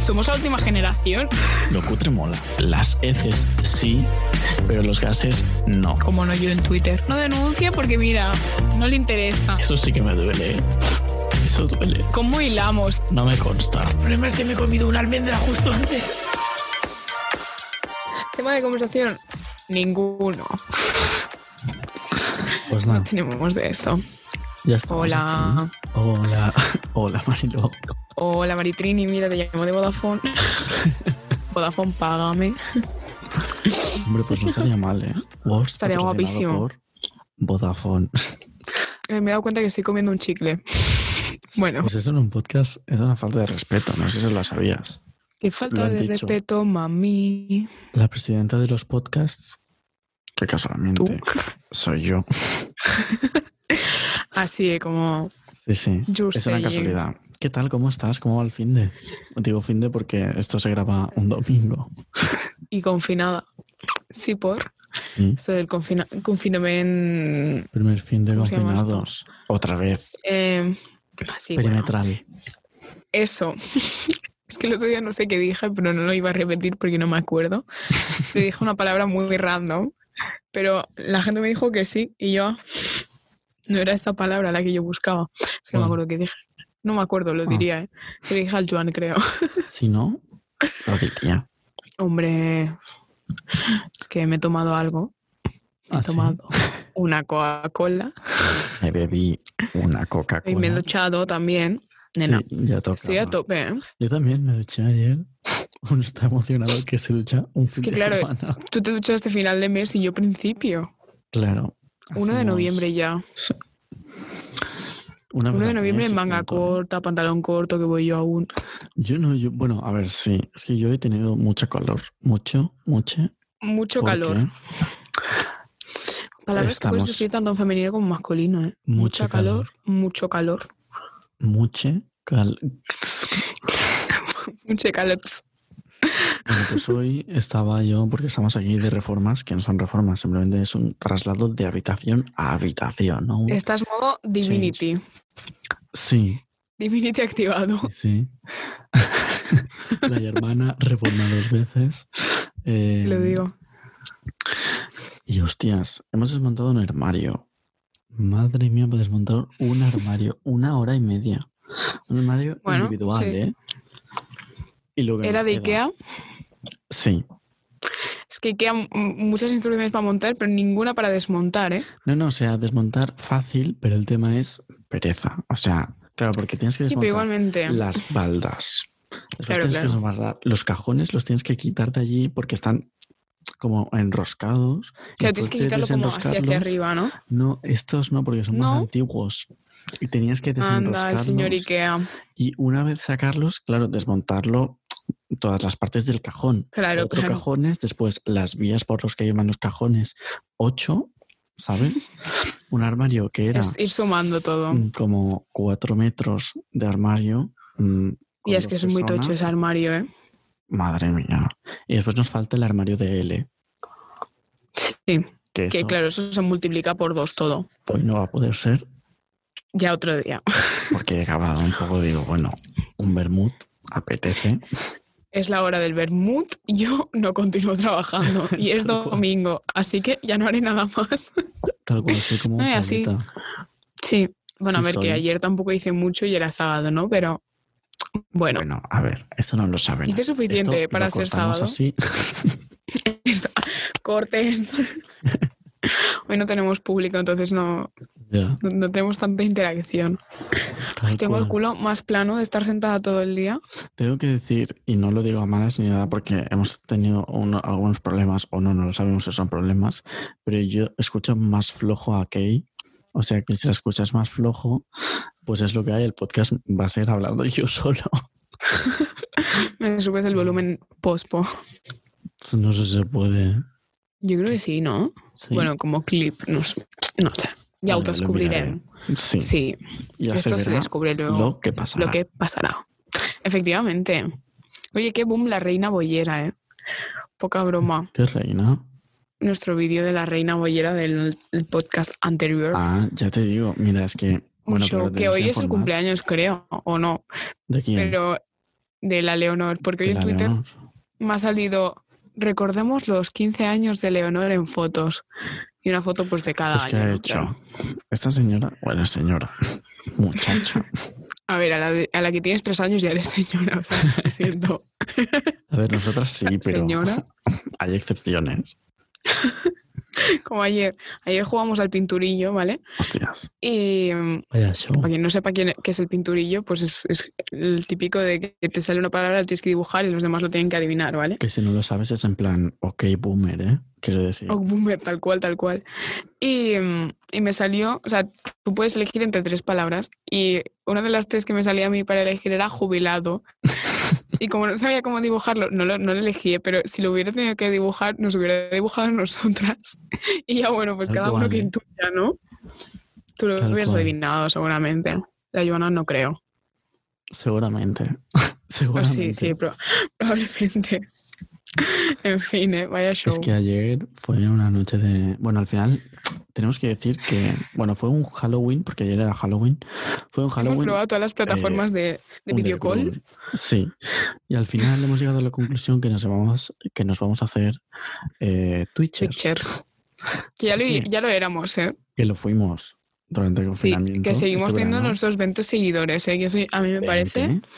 somos la última generación. Lo cutre mola. Las heces sí, pero los gases no. Como no yo en Twitter. No denuncia porque mira, no le interesa. Eso sí que me duele. ¿eh? Eso duele. ¿Cómo hilamos? No me consta. El problema es que me he comido una almendra justo antes. Tema de conversación, ninguno. Pues nada, No tenemos de eso. ya está. Hola, Hola, hola Marilo. hola Maritrini, mira, te llamo de Vodafone. Vodafone, págame. Hombre, pues no estaría mal, ¿eh? Worst Estaría patrocinado guapísimo. por Vodafone. Eh, Me he dado cuenta que estoy comiendo un chicle. Bueno, Pues eso en un podcast es una falta de respeto, no sé si lo sabías. qué lo falta han de dicho. respeto, mami. La presidenta de los podcasts, que casualmente Tú. soy yo. Así eh, como Sí, sí. You're es una saying. casualidad. ¿Qué tal? ¿Cómo estás? ¿Cómo va el fin de? Digo fin de porque esto se graba un domingo. y confinada. Sí, por Sí. eso del confina- confinamiento. Primer fin de ¿Cómo se llama esto? confinados. Otra vez. eh, así, bueno, Perimetral. eso. es que el otro día no sé qué dije, pero no lo iba a repetir porque no me acuerdo. Le dije una palabra muy random, pero la gente me dijo que sí y yo no era esa palabra la que yo buscaba. Es que no me Bueno. acuerdo qué dije. No me acuerdo, lo Ah. diría. ¿eh? Se lo dije al Joan, creo. Si no, lo diría. Hombre, es que me he tomado algo. He Ah, ¿sí? tomado una Coca-Cola. Me bebí una Y me he Coca-Cola. duchado también. Nena, Sí, ya toca. estoy a tope. ¿eh? Yo también me duché ayer. Uno está emocionado que se ducha un fin que de claro, eh. semana. Tú te duchaste final de mes y yo principio. Claro. 1 de Hacemos noviembre ya. una ¿eh? vez 1 de al noviembre mes y manga punto. corta, pantalón corto, que voy yo aún. Yo no, yo, bueno, a ver, sí. Es que yo he tenido mucho calor. Mucho, mucho. Mucho porque calor. Palabras que estamos- puedes decir tanto en femenino como en masculino, ¿eh? Mucho Mucha calor, mucho calor. Mucho calor. Mucho calor. Bueno, pues hoy estaba yo, porque estamos aquí de reformas, que no son reformas, simplemente es un traslado de habitación a habitación, ¿no? Estás modo divinity. Sí, Divinity activado. sí, sí. La hermana reforma dos veces. Eh, Lo digo. Y hostias, hemos desmontado un armario. Madre mía, para desmontar un armario, una hora y media. Un armario Bueno, individual, sí. ¿eh? Y lo que Era nos de queda- Ikea. Sí. Es que Ikea mm, muchas instrucciones para montar, pero ninguna para desmontar, ¿eh? No, no, o sea, desmontar fácil, pero el tema es pereza. O sea, claro, porque tienes que Sí, pero desmontar igualmente. las baldas. Después Claro, tienes que claro. desbaldar. Los cajones los tienes que quitar de allí porque están como enroscados. y Claro, tienes que después de quitarlo como así hacia desenroscarlos- arriba, ¿no? No, estos no, porque son No. más antiguos. Y tenías que Anda, el desenroscarlos. señor Ikea. y una vez sacarlos, claro, desmontarlo todas las partes del cajón. Claro, Cuatro claro. cajones, después las vías por los que llevan los cajones, ocho, ¿sabes? Un armario que era Es ir sumando todo. mm, como cuatro metros de armario. mm, con Y es dos que es muy tocho personas. ese armario, ¿eh? Madre mía. Y después nos falta el armario de L. Sí, Que, que eso claro, eso se multiplica por dos todo. hoy no va a poder ser, Ya otro día. porque he acabado un poco, digo, bueno, un vermut apetece. Es la hora del vermut. Yo no continúo trabajando. Y es Tal cual. domingo, así que ya no haré nada más. Tal cual, soy como un No, y así- Pablita. Sí. Bueno, Sí a ver, soy. que ayer tampoco hice mucho y era sábado, ¿no? Pero bueno, Bueno, a ver, eso no lo saben. hice suficiente Esto para lo ser cortamos sábado. así. Esto- Corten. Hoy no tenemos público, entonces no, Ya, no- no tenemos tanta interacción. tal Tengo el cual. culo más plano de estar sentada todo el día. Tengo que decir, y no lo digo a malas ni nada porque hemos tenido uno- algunos problemas o no, no lo sabemos si son problemas, pero yo escucho más flojo a Kay. O sea que si la escuchas más flojo, pues es lo que hay. El podcast va a ser hablando yo solo. Me subes el volumen pospo. No sé si se puede. Yo creo que sí, ¿no? ¿sí? Bueno, como clip, no, sé. No sé. Ya Vale, lo lo descubriré. miraré. Sí, Sí, ya se esto se verá descubre luego lo que lo pasará. que pasará. Efectivamente. Oye, qué boom la reina bollera, ¿eh? Poca broma. Qué reina. Nuestro vídeo de la reina bollera del del podcast anterior. Ah, ya te digo, mira, es que. Bueno, mucho, pero que hoy tenéis es el informar. cumpleaños, creo, o no. ¿De quién? Pero de la Leonor, porque hoy en la Pues, Twitter Leonor. me ha salido, recordemos los 15 años de Leonor en fotos. Y una foto pues de cada Pues, ¿qué año. ha ¿no? hecho? Claro. Esta señora, bueno, señora, muchacha. A ver, a la, de- a la que tienes tres años ya eres señora, o sea, lo siento. A ver, nosotras sí, pero Señora. hay excepciones. Como ayer. Ayer jugamos al pinturillo, ¿vale? Hostias. Y mm, Vaya show. para quien no sepa quién, e, qué es el pinturillo, pues es, es el típico de que te sale una palabra, la tienes que dibujar y los demás lo tienen que adivinar, ¿vale? Que si no lo sabes es en plan, ok, boomer, ¿eh? Quiero decir. O boomer, tal cual, tal cual. Y, mm, y me salió, o sea, tú puedes elegir entre tres palabras y una de las tres que me salía a mí para elegir era jubilado. Y como no sabía cómo dibujarlo, no lo, no lo elegí, pero si lo hubiera tenido que dibujar, nos hubiera dibujado a nosotras. Y ya bueno, pues Tal cada uno cual, que ¿eh? intuya, ¿no? Tú lo Tal hubieras cual. adivinado seguramente. La Joana no creo. Seguramente. O Seguramente. Pues sí, sí, pro- probablemente. en fin, ¿eh? vaya show. Es que ayer fue una noche de. Bueno, al final tenemos que decir que. Bueno, fue un Halloween, porque ayer era Halloween. Fue un Hemos Halloween. eh, probado todas las plataformas de, de un video call. underground. Sí. Y al final hemos llegado a la conclusión que nos vamos, que nos vamos a hacer eh, Twitchers. Twitchers. Que ya lo, Sí. ya lo éramos, ¿eh? Que lo fuimos durante el Sí, confinamiento. que seguimos este teniendo verano. nuestros 20 seguidores, ¿eh? Que eso a mí me parece. 20.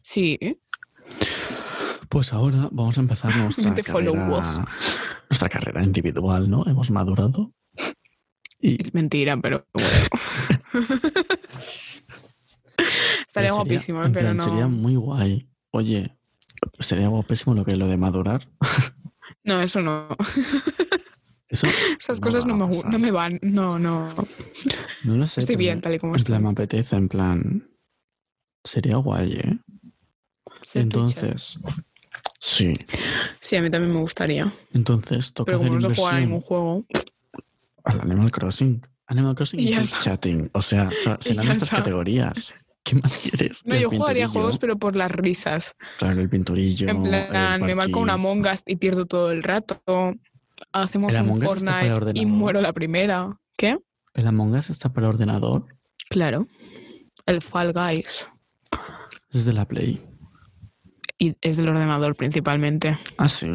Sí, ¿eh? Pues ahora vamos a empezar nuestra 20 carrera, followers. nuestra carrera individual, ¿no? Hemos madurado. Y es mentira, pero bueno. Estaría sería- guapísimo, ¿eh? en pero plan, no. Sería muy guay. Oye, sería guapísimo lo que lo de madurar. No, eso no. Eso Esas No cosas va no a me, gu- pasar. no me van. No, no. no lo sé. Estoy pero bien, tal y como En plan, estoy. me apetece, en plan. Sería guay, ¿eh? Ser Twitcher. Entonces. Sí. Sí, a mí también me gustaría. Entonces toca Pero hacer como no se inversión juega a ningún juego. al Animal Crossing. Animal Crossing Y y ya Just está. Chatting. O sea, sa- Y serán ya estas está. categorías. ¿Qué más quieres? No, El yo jugaría pinturillo, juegos, pero por las risas. Claro, el pinturillo. en plan, el me marco una eh, parchís. Among Us y pierdo todo el rato. Hacemos El un Among Us está para Fortnite y ordenador. muero la primera. ¿Qué? ¿El Among Us está para ordenador? Claro. El Fall Guys. Es de la Play. Y es del ordenador principalmente. Ah, sí.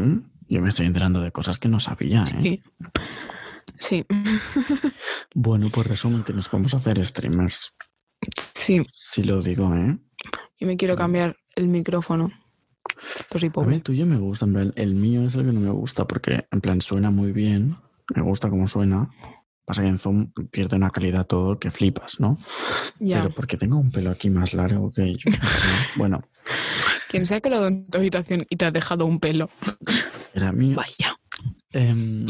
Yo me estoy enterando de cosas que no sabía, ¿eh? Sí. Sí, Bueno, pues resumen que nos vamos a hacer streamers. sí. Si lo digo, ¿eh? Y me quiero Sí. cambiar el micrófono. Pues sí, A mí pobre. el tuyo me gusta, en plan, el mío es el que no me gusta porque, en plan, suena muy bien. Me gusta como suena. Pasa que en Zoom pierde una calidad todo que flipas, ¿no? Ya. Pero porque tengo un pelo aquí más largo que yo. qué sé. Bueno, Quien se ha quedado en tu habitación y te ha dejado un pelo. era mío. Vaya. Em,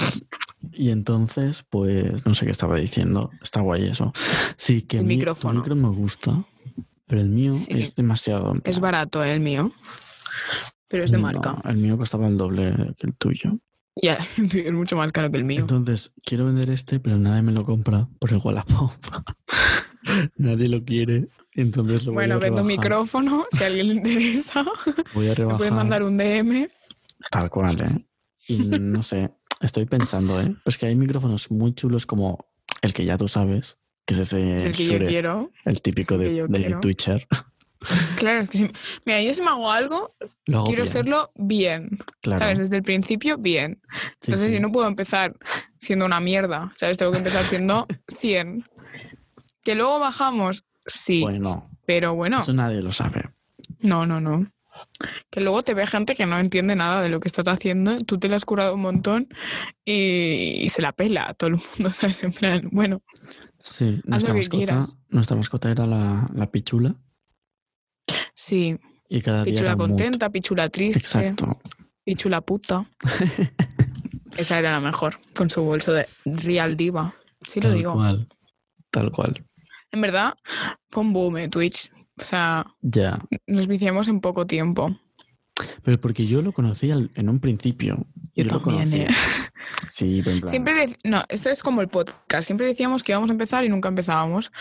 y entonces, pues, no sé qué estaba diciendo. Está guay eso. Sí, que El a mí tu micrófono. micro me gusta, pero el mío Sí. es demasiado. en Es plan, barato ¿eh? el mío. Pero es de marca. no, el mío costaba el doble que el tuyo. Ya, es mucho más caro que el mío. Entonces, quiero vender este, pero nadie me lo compra por el Wallapop. nadie lo quiere. Entonces lo Bueno, voy a vendo rebajar. micrófono, si a alguien le interesa. Voy a Me rebajar. pueden mandar un DM. Tal cual, ¿eh? Y no sé, estoy pensando, ¿eh? Pues que hay micrófonos muy chulos como el que ya tú sabes, que es ese Es el que yo Shure, quiero. el típico es el de, que yo de quiero. Twitcher. Claro, es que si- Mira, yo si me hago algo, Lo hago quiero bien, serlo bien. claro. ¿Sabes? Desde el principio, bien. Sí, Entonces sí. yo no puedo empezar siendo una mierda. ¿Sabes? Tengo que empezar siendo 100. Que luego bajamos, sí. Bueno, pero bueno, eso nadie lo sabe. no, no, no. Que luego te ve gente que no entiende nada de lo que estás haciendo, tú te la has curado un montón y, y se la pela a todo el mundo, ¿sabes? En plan, bueno, Sí, nuestra que mascota, quieras. nuestra mascota era la, la pichula sí, y cada día pichula era un mood. contenta, pichula triste, Exacto. pichula puta. Esa era la mejor, con su bolso de Real Diva. Sí lo tal digo. cual. Tal cual. En verdad, fue un boom eh, Twitch. O sea, Ya. nos viciamos en poco tiempo. Pero porque yo lo conocí al- en un principio. Yo lo también, conocí. ¿eh? Sí, pero en plan- Siempre dec- no, esto es como el podcast. Siempre decíamos que íbamos a empezar y nunca empezábamos.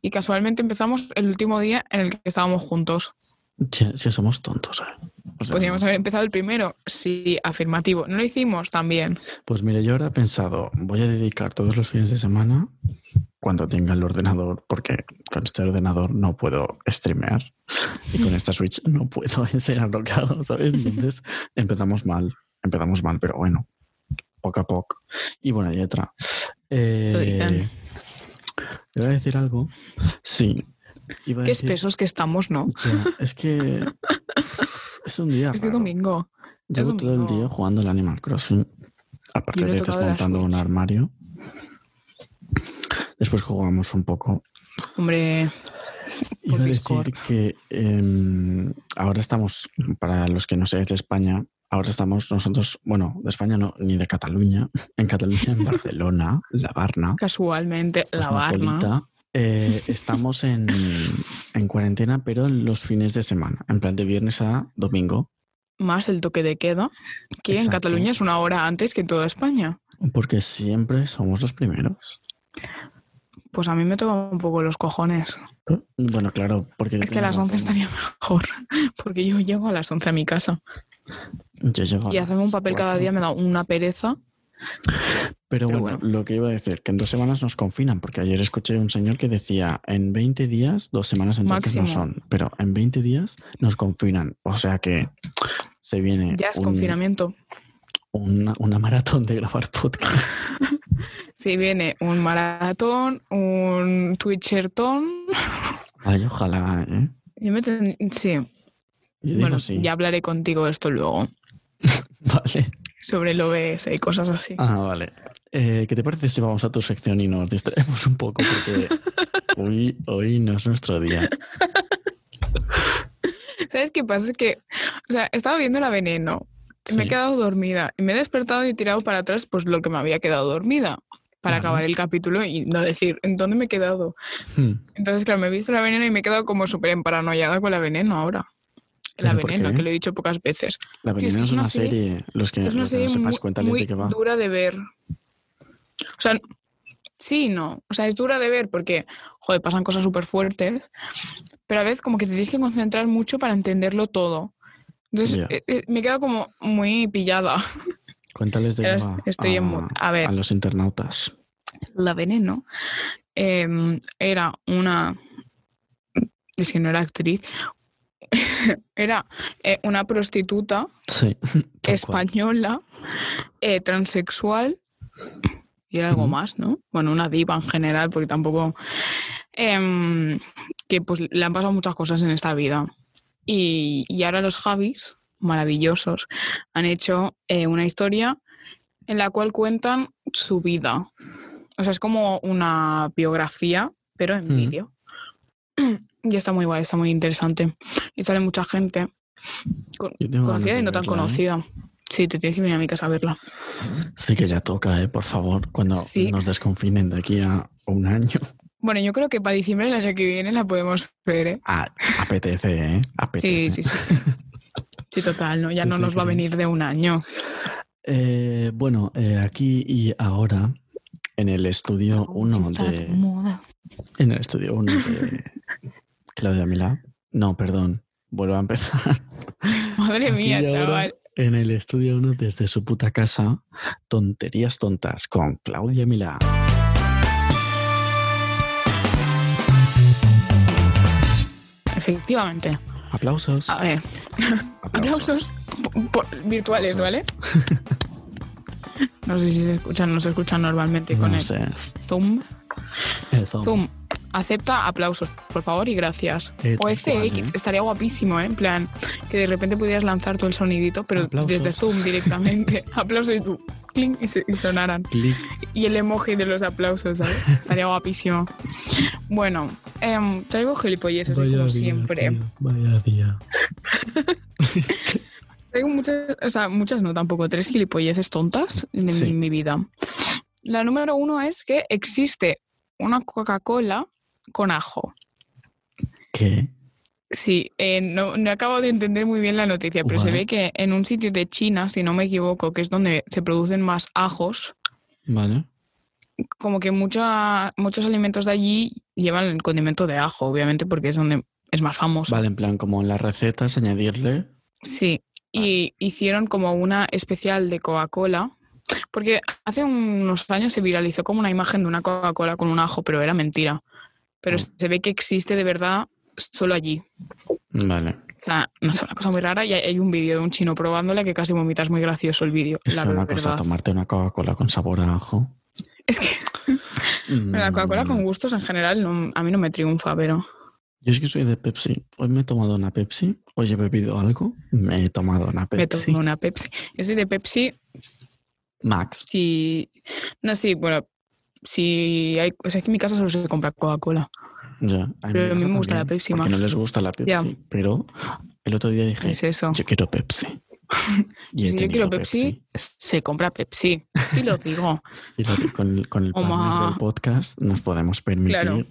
Y casualmente empezamos el último día en el que estábamos juntos. Ya, sí, somos tontos, ¿eh? O sea, Podríamos haber empezado el primero. Sí, afirmativo. No lo hicimos también. Pues mira, yo ahora he pensado, voy a dedicar todos los fines de semana, cuando tenga el ordenador, porque con este ordenador no puedo streamear y con esta Switch no puedo enseñar lo que hago, ¿sabes? Entonces empezamos mal, empezamos mal, pero bueno, poco a poco. Y bueno, y otra. Lo Eh, dicen. ¿Te iba a decir algo? Pues Sí. Iba a Qué decir- espesos que estamos, ¿no? Ya, es que es un día. Es de raro. domingo. es Llevo todo el domingo. día jugando al Animal Crossing. Aparte Yo no he de tocado la desmontando un Switch. armario. Después jugamos un poco. Hombre, Iba a Discord. decir que em, ahora estamos, para los que no seáis de España, ahora estamos nosotros, bueno, de España no, ni de Cataluña. En Cataluña, en Barcelona, La Barna. casualmente, Pues la barna. Cosmopolita. Eh, estamos en, en cuarentena, pero los fines de semana, en plan de viernes a domingo, Más el toque de queda, que en Exacto. Cataluña es una hora antes que en toda España. porque siempre somos los primeros. Pues a mí me toca un poco los cojones. Bueno, claro, porque... yo Es que a tengo las 11 razón. estaría mejor, porque yo llego a las 11 a mi casa. Yo llego a Y hacerme un las papel cada cuatro. día me da una pereza. pero Pero, bueno, bueno. lo que iba a decir, que en dos semanas nos confinan, porque ayer escuché un señor que decía, en 20 días, dos semanas entonces no Máximo. son, pero en 20 días nos confinan. O sea que se viene Ya es un- confinamiento. una, una maratón de grabar podcast. Si viene un maratón, un Twitchertón, Ay, ojalá, ¿eh? yo me ten- Sí, Yo digo bueno, sí. ya hablaré contigo de esto luego, Vale. sobre el OBS y cosas así. Ah, vale. Eh, ¿Qué te parece si vamos a tu sección y nos distraemos un poco? Porque hoy, hoy no es nuestro día. ¿Sabes qué pasa? Es que, o sea, estaba viendo la veneno, y me he Sí. quedado dormida, y me he despertado y he tirado para atrás pues lo que me había quedado dormida, para Vale. acabar el capítulo y no decir, ¿en dónde me he quedado? Hmm. Entonces, claro, me he visto la veneno y me he quedado como súper emparanoiada con la veneno ahora. La ¿Pero por veneno, qué? que lo he dicho pocas veces. La Tío, es que Veneno es, es una una serie. Los que, Es una los Eh, que serie no mu- sepáis, cuéntales muy de qué va. dura de ver. O sea, sí, y no. O sea, es dura de ver porque, joder, pasan cosas súper fuertes, pero a veces como que te tienes que concentrar mucho para entenderlo todo. Entonces, Ya. eh, eh, me quedo como muy pillada. Cuéntales de qué Pero es- va. estoy en mood. A ver. A los internautas. La Veneno em, era una. Es que no era actriz. era eh, una prostituta Sí. tal cual. española, eh, transexual y era algo Ujú. más, ¿no? Bueno, una diva en general, porque tampoco... em, que pues le han pasado muchas cosas en esta vida. Y, y ahora los Javis, maravillosos, han hecho eh, una historia en la cual cuentan su vida. O sea, es como una biografía, pero en Ujú. vídeo. Y está muy guay, está muy interesante. Y sale mucha gente con- Yo tengo conocida y ganas de no tan verla, ¿eh? conocida. Sí, te tienes que venir a mi casa a verla. Sí, que ya toca, ¿eh? Por favor, cuando Sí. nos desconfinen de aquí a un año. Bueno, yo creo que para diciembre del año que viene la podemos ver, ¿eh? Ah, apetece, ¿eh? Sí, Apetece. sí, sí. Sí, total, ¿no? Ya ¿Tú no te nos va a crees? venir de un año. Eh, bueno, eh, aquí y ahora, en el estudio 1 de. En el estudio 1 de Claudia Milá. No, perdón. Vuelvo a empezar. Madre Aquí mía, y ahora, chaval. En el estudio 1 desde su puta casa. Tonterías tontas con Claudia Milá. Efectivamente. Aplausos. A ver, Ah, aplausos po- por- virtuales, ¿vale? Aplausos. No sé si se escuchan, no se escuchan normalmente con No el sé. Zoom. El zoom. Zoom, acepta aplausos, por favor, y gracias. Eh, o tal FX, cual, ¿eh? estaría guapísimo, ¿eh? En plan, que de repente pudieras lanzar tú el sonidito, pero Aplausos. desde Zoom directamente. aplausos y tú, clink, y, se- y sonaran. Clic. Y el emoji de los aplausos, ¿sabes? Estaría guapísimo. Bueno, em, traigo gilipolleces, hoy, como siempre. tío, vaya día. Traigo muchas, o sea, muchas no tampoco, tres gilipolleces tontas en Sí. mi vida. La número uno es que existe una Coca-Cola con ajo. ¿Qué? Sí, eh, no, no acabo de entender muy bien la noticia, pero se Vale. ve que en un sitio de China, si no me equivoco, que es donde se producen más ajos, Vale. como que mucha, muchos alimentos de allí llevan el condimento de ajo, obviamente, porque es donde es más famoso. Vale, en plan, como en las recetas, añadirle. Sí, y hicieron como una especial de Coca-Cola, porque hace unos años se viralizó como una imagen de una Coca-Cola con un ajo, pero era mentira. pero Mm. se ve que existe de verdad solo allí. Vale. O sea, no sé, una cosa muy rara y hay hay un vídeo de un chino probándola que casi vomitas muy gracioso el vídeo, Es la que una cosa, verdad. tomarte una Coca-Cola con sabor a ajo. es que la Coca-Cola Mm. con gustos en general no- a mí no me triunfa, pero Yo es que soy de Pepsi. Hoy me he tomado una Pepsi. Hoy he bebido algo. Me he tomado una me Pepsi. tomo una Pepsi. Yo soy de Pepsi Max. si... No, sí, bueno, si hay... O sea, es que en mi casa solo se compra Coca-Cola. Ya. mi Pero a mí casa me gusta la también, Pepsi porque más. no les gusta la Pepsi. Ya. Pero el otro día dije, Es eso. yo quiero Pepsi. Y he si yo tenido quiero Pepsi, se compra Pepsi. Sí lo digo. Sí, lo que con, el- con el Oma. partner del podcast nos podemos permitir. Claro.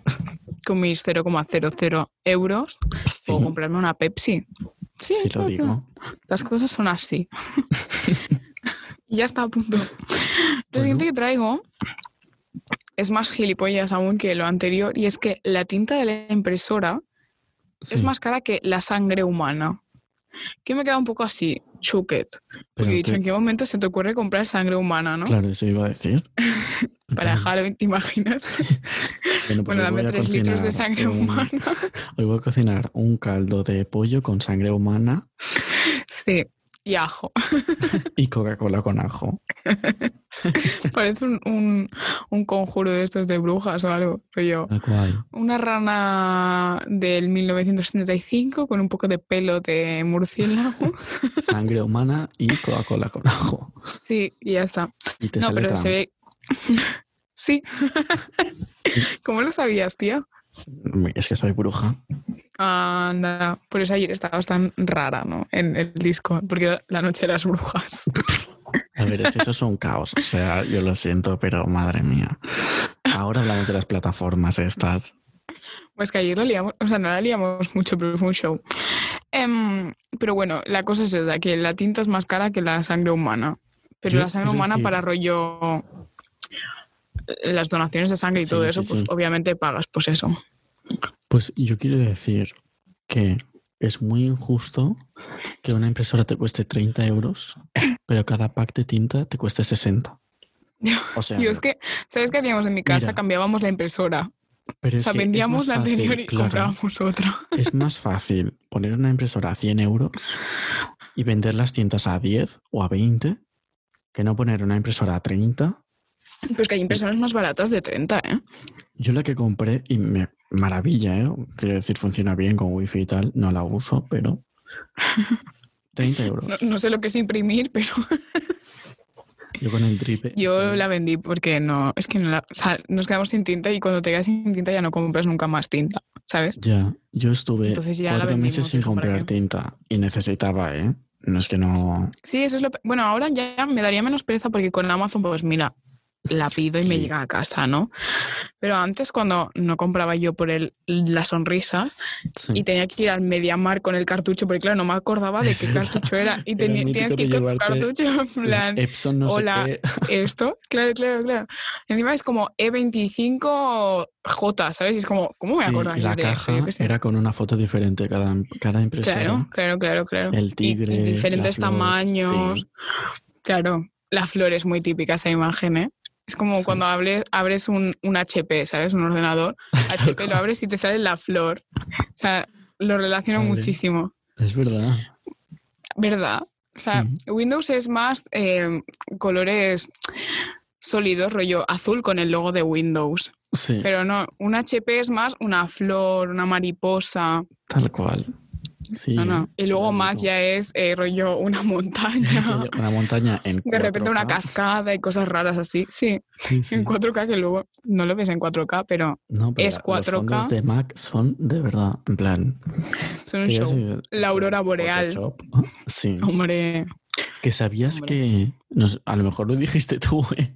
Con mis 0,00 euros Sí, puedo comprarme una Pepsi. Sí, sí lo claro que- digo. Las cosas son así. Y ya está a punto. Lo Bueno. siguiente que traigo es más gilipollas aún que lo anterior y es que la tinta de la impresora es Sí, más cara que la sangre humana. Que me queda un poco así, chuquet. pero Porque he dicho, que- ¿en qué momento se te ocurre comprar sangre humana, no? Claro, eso iba a decir. Para Halloween, ¿te imaginas? Bueno, pues Bueno, hoy voy dame a tres litros de cocinar sangre un- humana. Hoy voy a cocinar un caldo de pollo con sangre humana Sí, y ajo. y Coca-Cola con ajo. Parece un, un- un conjuro de estos de brujas o algo. Rollo, Tal cual. una rana del 1975 con un poco de pelo de murciélago. Sangre humana y Coca-Cola con ajo. Sí, y ya está. Y te No, sale pero Trump. se ve... Sí. ¿Cómo lo sabías, tío? Es que soy bruja. Anda, por eso ayer estabas tan rara, ¿no? En el disco, porque era la noche de las brujas. A ver, es que eso es un caos. O sea, yo lo siento, pero madre mía. Ahora hablamos de las plataformas estas. Pues que ayer lo liamos, o sea, no la liamos mucho, pero fue un show. Em, pero bueno, la cosa es esa, que la tinta es más cara que la sangre humana. Pero Yo la sangre quiero humana decir- para rollo eh, las donaciones de sangre y Sí, todo sí, eso, sí. pues obviamente pagas, pues eso. Pues yo quiero decir que es muy injusto que una impresora te cueste 30 euros, pero cada pack de tinta te cueste 60. O sea, Yo es que, ¿sabes qué hacíamos en mi casa? Mira. Cambiábamos la impresora. pero o es sea, que es vendíamos más la fácil, anterior y claro, comprábamos otra. Es más fácil poner una impresora a 100 euros y vender las tintas a 10 o a 20 que no poner una impresora a 30. Pues que hay impresoras más baratas de 30, ¿eh? Yo la que compré y me maravilla, ¿eh? Quiero decir, funciona bien con wifi y tal. No la uso, pero 30 euros. No, no sé lo que es imprimir, pero Yo con el tripe. Yo estoy- la vendí porque no, es que no la- o sea, nos quedamos sin tinta y cuando te quedas sin tinta ya no compras nunca más tinta, ¿sabes? Ya, yo estuve Entonces ya la cuatro vendimos, meses sin dijo, ¿para comprar qué? tinta y necesitaba, ¿eh? No es que no. Sí, eso es lo... pe- Bueno, ahora ya me daría menos pereza porque con Amazon, pues mira, la pido y me Sí. llega a casa, ¿no? Pero antes cuando no compraba yo por el, la sonrisa Sí. y tenía que ir al Mediamar con el cartucho, porque claro, no me acordaba de Es qué verdad. cartucho era y Era tenía- mítico tienes que de ir con tu llevarte cartucho en La plan... Epson no hola. sé esto, claro, claro, claro. Encima es como E25J, ¿sabes? Y es como, ¿cómo me qué. acuerdo Y yo la de caja eso? Yo qué sé. era con una foto diferente cada, cada impresora. Claro, claro, claro, claro. El Y- y tigre, la diferentes flor, tamaños. sí. Claro, la flor es muy típica esa imagen, ¿eh? Es como Sí. cuando abres, abres un, un HP, ¿sabes? Un ordenador. HP lo abres y te sale la flor. O sea, lo relaciono Vale. muchísimo. Es verdad. ¿Verdad? O sea, Sí. Windows es más eh, colores sólidos, rollo azul con el logo de Windows. Sí, Pero no, un HP es más una flor, una mariposa. tal cual. Sí, no, no. Y sí, luego lo Mac digo. ya es eh, rollo una montaña. Una montaña en De repente una 4K. cascada y cosas raras así. Sí, Sí, sí. en 4K que luego no lo ves en 4K, pero No, pero es la- 4K. Los fondos de Mac son de verdad, en plan. son un que ya show. se- La aurora boreal. Photoshop. Sí. Hombre, Que sabías Hombre. que. no sé, a lo mejor lo dijiste tú, ¿eh?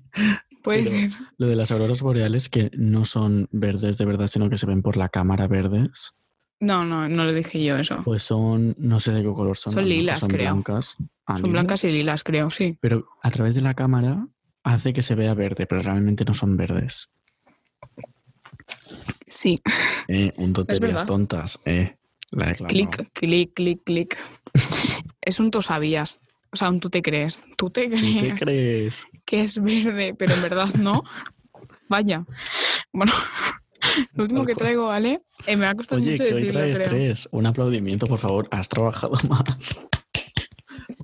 puede Pero- ser. Lo de las auroras boreales que no son verdes de verdad, sino que se ven por la cámara verdes. No, no, no lo dije yo eso. Pues son, no sé de qué color son. Son a lo mejor lilas, son creo. Blancas. Ah, Son blancas y lilas, creo, sí. Pero a través de la cámara hace que se vea verde, pero realmente no son verdes. Sí. Eh, un tonterías verdad. tontas, eh. La he clavado. Clic, clic, clic, clic. es un tú sabías. O sea, un tú te crees. Tú te ¿Tú crees ¿Qué crees? que es verde, pero en verdad no. Vaya. Bueno, Lo último que Tal cual. traigo, ¿vale? Eh, me va a costar Oye, mucho que hoy decirlo, traes creo. tres. Un aplaudimiento, por favor. Has trabajado más.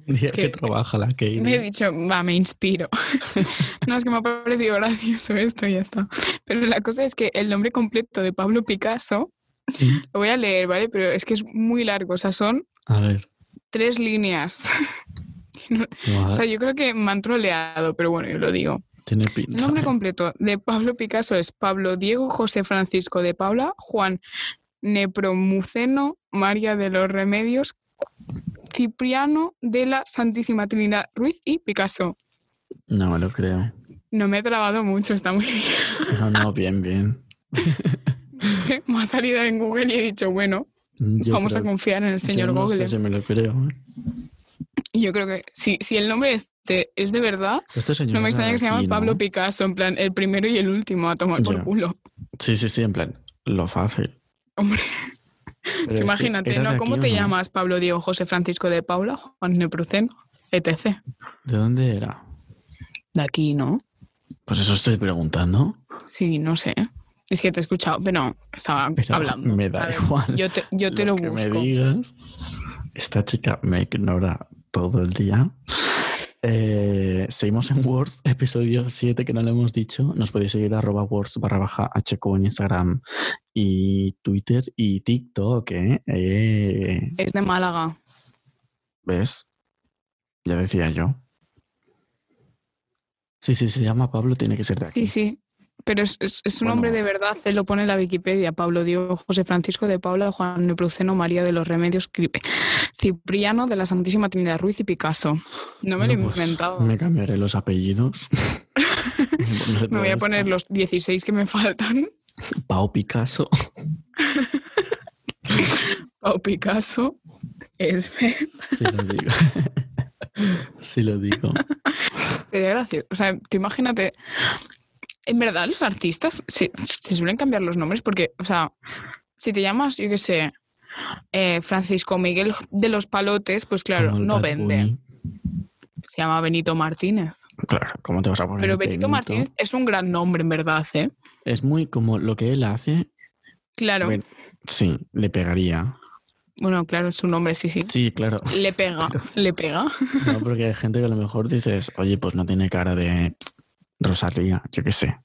Un día Es que, que trabaja la Katie. Me he dicho, va, me inspiro. no, es que me ha parecido gracioso esto y ya está. Pero la cosa es que el nombre completo de Pablo Picasso, Sí. lo voy a leer, ¿vale? Pero es que es muy largo, o sea, son A ver. tres líneas. guau, o sea, yo creo que me han troleado, pero bueno, yo lo digo. tiene El pinta. nombre ¿eh? completo de Pablo Picasso es Pablo Diego José Francisco de Paula Juan Nepromuceno María de los Remedios Cipriano de la Santísima Trinidad Ruiz y Picasso. No me lo creo. No me he trabado mucho, está muy bien. No, no, bien, bien. me ha salido en Google y he dicho, bueno, Yo vamos a creo- confiar en el señor yo no Google. Sé si me lo creo. ¿eh? Y Yo creo que si, si el nombre este es de verdad, Este señor ¿eh? no me era extraña de que se llame aquí, ¿no? Pablo Picasso, en plan, el primero y el último a tomar por Ya. culo. Sí, sí, sí, en plan, lo fácil. Hombre, Pero que este, imagínate, ¿era de ¿no? aquí ¿Cómo o te no? llamas Pablo Diego José Francisco de Paula, Juan Neproceno, etc.? ¿De dónde era? De aquí, ¿no? Pues eso estoy preguntando. Sí, no sé. Es que te he escuchado, pero estaba Pero hablando. me da A ver, igual. Yo te, yo te lo, lo que me busco. digas. Esta chica me ignora todo el día. Eh, seguimos en Words, episodio 7 que no lo hemos dicho. Nos podéis seguir arroba Words barra baja HQ en Instagram y Twitter y TikTok. ¿eh? Eh, Es de Málaga. ¿Ves? Ya decía yo. Sí, sí, se llama Pablo, tiene que ser de Sí, aquí. sí. Pero es, es- es un Bueno. hombre de verdad, él lo pone en la Wikipedia. Pablo Diego José Francisco de Paula, Juan Neproceno, María de los Remedios, Cri- Cipriano de la Santísima Trinidad Ruiz y Picasso. No me lo he Bueno, pues, inventado. Me cambiaré los apellidos. pues, Me voy a poner los 16 que me faltan. Pau Picasso. Pau Picasso. Es Si lo digo. si lo digo. sería gracioso. O sea, tú imagínate. En verdad, los artistas se, se suelen cambiar los nombres porque, o sea, si te llamas, yo qué sé, eh, Francisco Miguel de los Palotes, pues claro, como el no Bad vende. Bunny. Se llama Benito Martínez. Claro, ¿cómo te vas a poner? Pero Benito, Martínez es un gran nombre, en verdad, ¿eh? Es muy como lo que él hace. Claro. bueno, sí, le pegaría. Bueno, claro, su nombre, sí, sí. Sí, claro. Le pega, le pega. No, porque hay gente que a lo mejor dices, oye, pues no tiene cara de Rosalía, yo qué sé.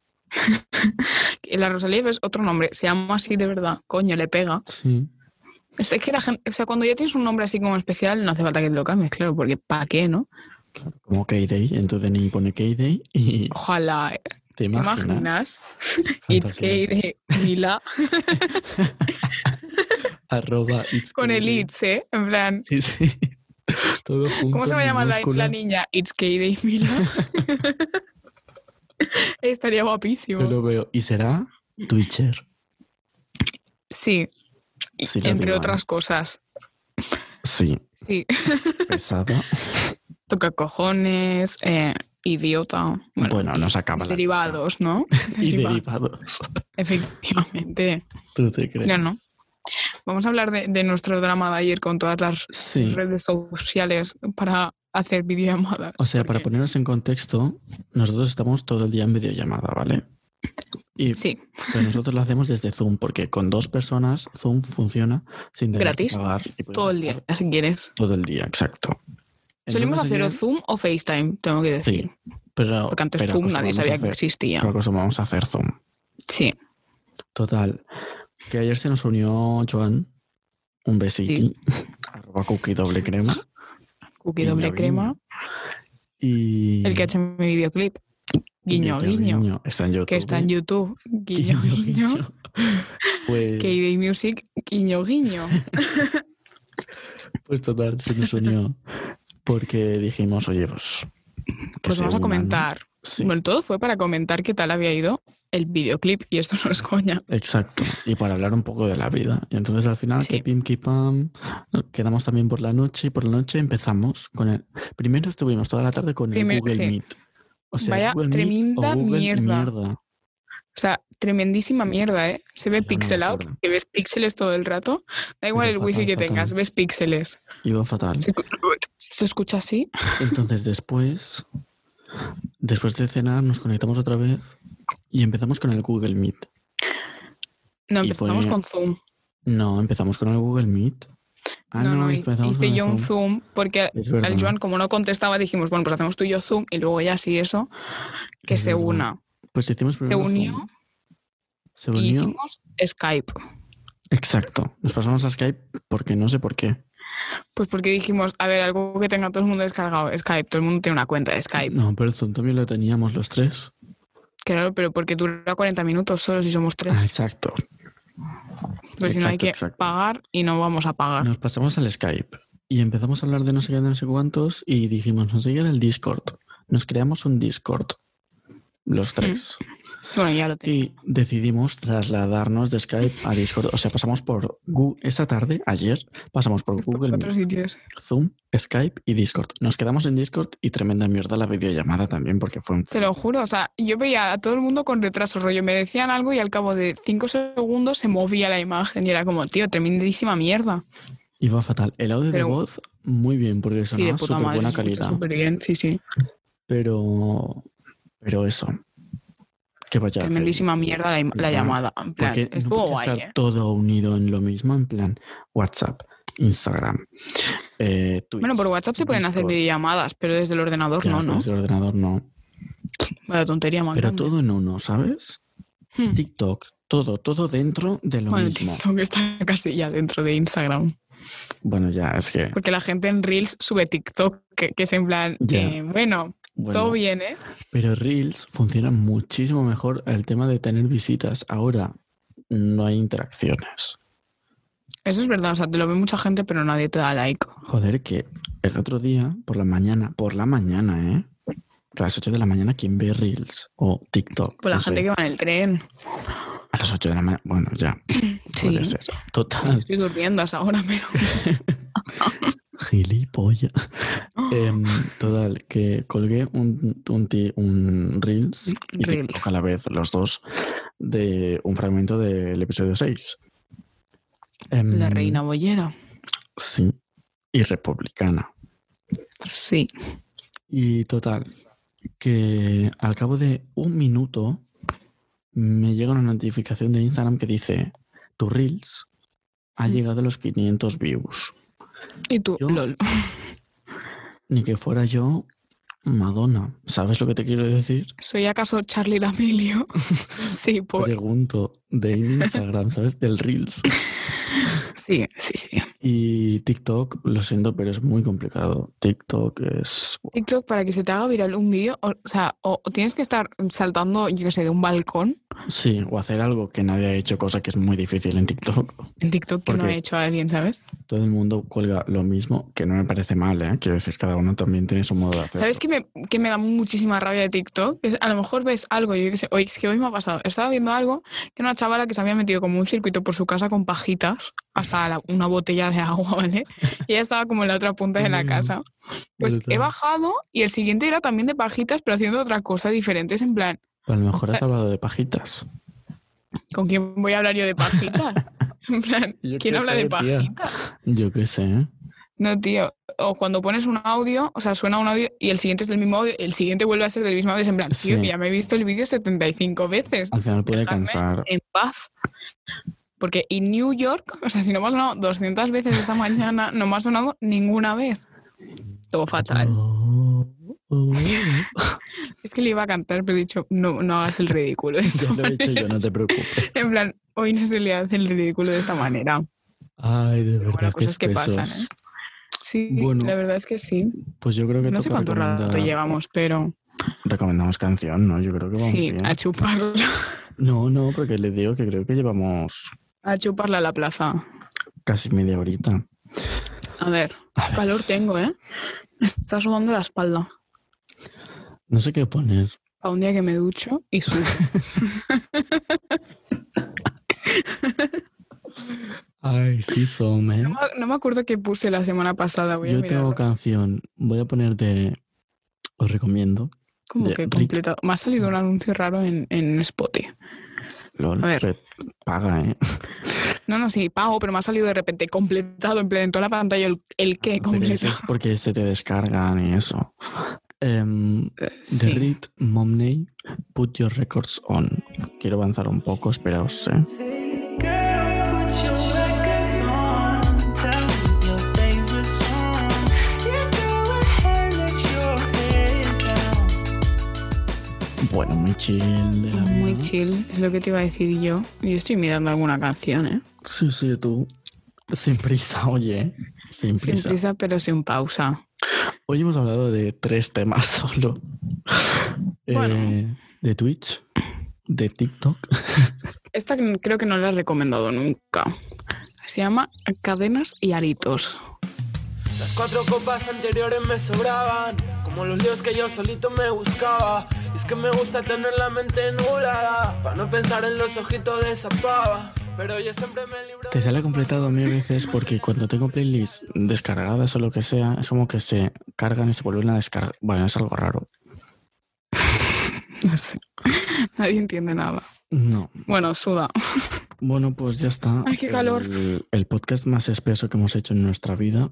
La Rosalía es otro nombre, se llama así de verdad. Coño, le pega. Sí. Es que la gente, o sea, cuando ya tienes un nombre así como especial, no hace falta que te lo cambies, claro, porque ¿para qué, no? Como K-Day, entonces ni pone K-Day y Ojalá, ¿eh? te ¿te imaginas. imaginas? It's Fantasía. Kate de Mila Arroba it's con el K-Day. It's, ¿eh? En plan, Sí, sí. Todo junto. ¿cómo se va a en llamar la, minúscula. la niña? It's Kate de Mila. Estaría guapísimo. Yo lo veo. Y será Twitcher. Sí, y- Sí, lo entre digo, ¿eh? otras cosas. Sí, Sí, pesada. toca cojones, eh, idiota, bueno, Bueno, nos acaba la lista. derivados, ¿no? Y Deriva- derivados. Efectivamente. ¿Tú te crees? no. Vamos a hablar de, de nuestro drama de ayer con todas las Sí. redes sociales para hacer videollamadas. O sea, para porque- ponernos en contexto, nosotros estamos todo el día en videollamada, ¿vale? Y Sí, pero nosotros lo hacemos desde Zoom, porque con dos personas Zoom funciona sin tener Gratis, que pagar. y puedes todo el día, estar si quieres. Todo el día, exacto. Solemos Entonces hacer o ayer- Zoom o FaceTime, tengo que decir. Sí, pero... Porque antes pero Zoom nadie acostumbramos a sabía que hacer- existía. Pero acostumbramos a hacer Zoom. Sí, Total. Que ayer se nos unió Joan. Un besito. Arroba cookie doble crema. cookie Guiño, doble guiño. crema, Y. el que ha hecho mi videoclip. Guiño, guiño, Está en YouTube. que está en YouTube. Guiño, guiño. Pues, KD Music, guiño, guiño. pues total, se nos unió. Porque dijimos, oye, pues. que Pues vamos se a unan, ¿no? comentar. Sí, Bueno, todo fue para comentar qué tal había ido el videoclip y esto no es coña. exacto. Y para hablar un poco de la vida. Y entonces al final, Sí. que pim, que pam. Quedamos también por la noche y por la noche empezamos con el. Primero estuvimos toda la tarde con el Primer- Google sí. Meet. O sea, Vaya Google Meet tremenda o Google mierda. mierda. O sea, tremendísima mierda, ¿eh? Se ve Era una pixel out, basura. que ves píxeles todo el rato. Da igual Pero el wifi fatal, que fatal. tengas, ves píxeles. Iba fatal. Se escu- se escucha así, Entonces después, después de cenar, nos conectamos otra vez y empezamos con el Google Meet. No, Y empezamos fue- con Zoom. No, empezamos con el Google Meet. Ah, no, no, no, hi- empezamos hice con yo el un Zoom porque Es al verdad. Joan, como no contestaba, dijimos, bueno, pues hacemos tú y yo Zoom y luego ya sí eso, que Es se verdad. una. Pues hicimos Se primero Zoom. unió Se y unió. hicimos Skype. Exacto. Nos pasamos a Skype porque no sé por qué. Pues porque dijimos, a ver, algo que tenga todo el mundo descargado, Skype, todo el mundo tiene una cuenta de Skype. No, pero el Zoom también lo teníamos los tres. Claro, pero porque dura 40 minutos solo si somos tres. Ah, exacto. Pues si no hay exacto, que exacto. pagar y no vamos a pagar. Nos pasamos al Skype y empezamos a hablar de no sé qué, de no sé cuántos y dijimos, nos llega el Discord. Nos creamos un Discord, los tres. Bueno, ya lo tenemos. Y decidimos trasladarnos de Skype a Discord. O sea, pasamos por Google, esa tarde, ayer, pasamos por Google, Meet, Otros sitios. Zoom, Skype y Discord. Nos quedamos en Discord y tremenda mierda la videollamada también porque fue un... Te lo juro, o sea, yo veía a todo el mundo con retraso, rollo, me decían algo y al cabo de cinco segundos se movía la imagen y era como, tío, tremendísima mierda. Iba fatal. El audio Pero- de voz, muy bien, porque Sí, de sonaba puta súper madre, buena se escucha calidad. súper bien, sí, sí, Pero... Pero eso. Que vaya. a hacer. tremendísima mierda la, im- la Claro, llamada, en plan, Porque no estuvo puede guay, estar ¿eh? todo unido en lo mismo, en plan WhatsApp, Instagram, eh, Twitch. Bueno, por WhatsApp se pueden hacer Discord. videollamadas, pero desde el ordenador Ya, no, ¿no? desde el ordenador no. Vaya tontería, más pues, Pero grande. todo en uno, ¿sabes? Hmm. TikTok, todo, todo dentro de lo Bueno, mismo. TikTok está casi ya dentro de Instagram. Bueno, ya, es que. Porque la gente en Reels sube TikTok, que, que es en plan, Ya. eh, bueno, bueno, todo bien, ¿eh? Pero Reels funciona muchísimo mejor el tema de tener visitas. Ahora no hay interacciones. Eso es verdad, o sea, te lo ve mucha gente, pero nadie te da like. Joder, que el otro día, por la mañana, por la mañana, ¿eh? A las 8 de la mañana, ¿quién ve Reels o TikTok? Pues la No sé. gente que va en el tren. A las 8 de la mañana. Bueno, ya. Sí. Puede ser. Total. Estoy durmiendo hasta ahora, pero. Gilipollas. Em, total, que colgué un, un, ti- un Reels y Reels. TikTok a la vez, los dos, de un fragmento del episodio 6. Em, La reina bollera. Sí. Y republicana. Sí. Y total, que al cabo de un minuto me llega una notificación de Instagram que dice, tu Reels ha Mm. llegado a los 500 views. Y tú, Yo- lol. Ni que fuera yo Madonna. ¿Sabes lo que te quiero decir? ¿Soy acaso Charlie D'Amelio? sí, pues. Pregunto de Instagram, ¿sabes? Del Reels. Sí, sí, sí. Y TikTok, lo siento, pero es muy complicado. TikTok es... TikTok, para que se te haga viral un vídeo, o, o sea, o, o tienes que estar saltando, yo qué sé, de un balcón Sí, o hacer algo que nadie ha hecho, cosa que es muy difícil en TikTok. en TikTok que ¿Por no ha qué? hecho alguien, ¿sabes? Todo el mundo cuelga lo mismo, que no me parece mal, ¿eh? Quiero decir, cada uno también tiene su modo de hacer. ¿Sabes qué me, qué me da muchísima rabia de TikTok? Es, a lo mejor ves algo, yo qué sé, hoy es que hoy me ha pasado. Estaba viendo algo que era una chavala que se había metido como un circuito por su casa con pajitas, hasta la- una botella de agua, ¿vale? Y ella estaba como en la otra punta de la Mm, casa. Pues he brutal. bajado y el siguiente era también de pajitas, pero haciendo otra cosa diferente. Es en plan, A lo mejor has hablado de pajitas. ¿con quién voy a hablar yo de pajitas? En plan, Yo ¿quién qué habla de sé, tía. pajitas? Yo qué sé, ¿eh? No, tío. O cuando pones un audio, o sea, suena un audio y el siguiente es del mismo audio, el siguiente vuelve a ser del mismo audio. Es en plan, tío, Sí. que ya me he visto el vídeo 75 veces. Al final puede Dejadme cansar. En paz. Porque en New York, o sea, si no me ha sonado 200 veces esta mañana, no me ha sonado ninguna vez. Todo fatal. Oh, oh. Es que le iba a cantar, pero he dicho, no, no hagas el ridículo de esta Ya lo he hecho yo, manera. no te preocupes. En plan, hoy no se le hace el ridículo de esta manera. Ay, de verdad. Bueno, qué cosas que pasan, espesos. ¿eh? Sí, Bueno. la verdad es que sí. Pues yo creo que No sé toca cuánto rato recomendar- llevamos, pero... Recomendamos canción, ¿no? Yo creo que vamos Sí, bien. a chuparla, No, no, porque les digo que creo que llevamos a chuparla a la plaza. casi media horita. A ver, A ver, calor tengo, ¿eh? Me está sudando la espalda. no sé qué poner. A un día que me ducho y sudo. Ay, sí, son, ¿eh? No, me- no me acuerdo qué puse la semana pasada, voy a Yo mirarlo. tengo canción. Voy a poner de... Os recomiendo. Como de que Rick. completado. Me ha salido un anuncio raro en, en Spotify. LOL, A ver. red paga, ¿eh? No, no, sí, pago, pero me ha salido de repente completado, en plan, en toda la pantalla el, el qué Ah, Pero eso completado. es porque se te descargan y eso. Em, The Sí. Read Momney, Put Your Records On. Quiero avanzar un poco, esperaos, ¿eh? Take bueno, muy chill. de la Muy vida. chill, es lo que te iba a decir yo. Yo estoy mirando alguna canción, ¿eh? Sí, sí, tú. Sin prisa, oye. Sin Sin prisa. prisa, pero sin pausa. Hoy hemos hablado de tres temas solo. Bueno. Eh, de Twitch, de TikTok. Esta creo que no la he recomendado nunca. Se llama Cadenas y Aritos. Las cuatro copas anteriores me sobraban, como los líos que yo solito me buscaba. Y es que me gusta tener la mente nublada, para no pensar en los ojitos de esa pava. Pero yo siempre me libro. Te sale completado mil veces porque cuando tengo playlists descargadas o lo que sea, es como que se cargan y se vuelven a descargar. Bueno, es algo raro. No sé. Nadie entiende nada. No. Bueno, suda. Bueno, pues ya está. Ay, qué calor. El, el podcast más espeso que hemos hecho en nuestra vida.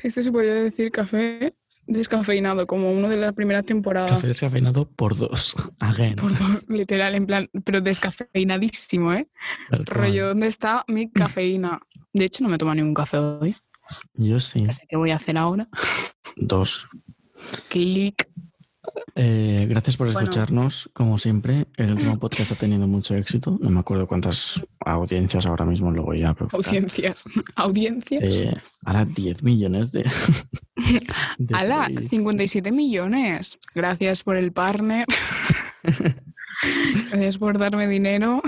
Este se podría decir café descafeinado, como uno de la primera temporada. Café descafeinado por dos. Again. Por favor, literal, en plan, pero descafeinadísimo, ¿eh? Tal cual. Rollo, ¿dónde está Mm. mi cafeína? De hecho, no me tomo ningún café hoy. Yo sí. Así que voy a hacer ahora. Dos. Clic. Eh, gracias por Bueno. escucharnos, como siempre. El último podcast ha tenido mucho éxito. No me acuerdo cuántas audiencias ahora mismo lo voy a buscar. Audiencias. Audiencias. Eh, ahora 10 millones de. de ¡Hala! plays. 57 millones. Gracias por el partner. Gracias por darme dinero.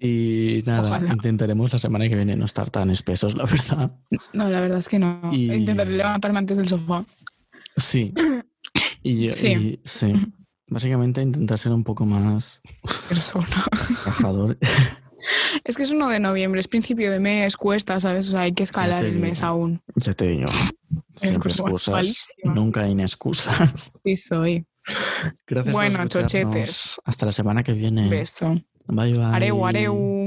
Y nada, Ojalá. intentaremos la semana que viene no estar tan espesos, la verdad. No, la verdad es que no. Y- Intentaré levantarme antes del sofá. Sí. Y, yo- Sí. y- sí. Básicamente intentar ser un poco más Persona. trabajador. Es que es 1 de noviembre, es principio de mes, cuesta, ¿sabes? O sea, hay que escalar te el digo. mes aún. Ya te digo. Siempre Excusas, excusas. malísimo. Nunca hay excusas. Sí, soy. Gracias por Bueno, escucharnos. chochetes. Hasta la semana que viene. Beso. Bye bye. Areu, areu.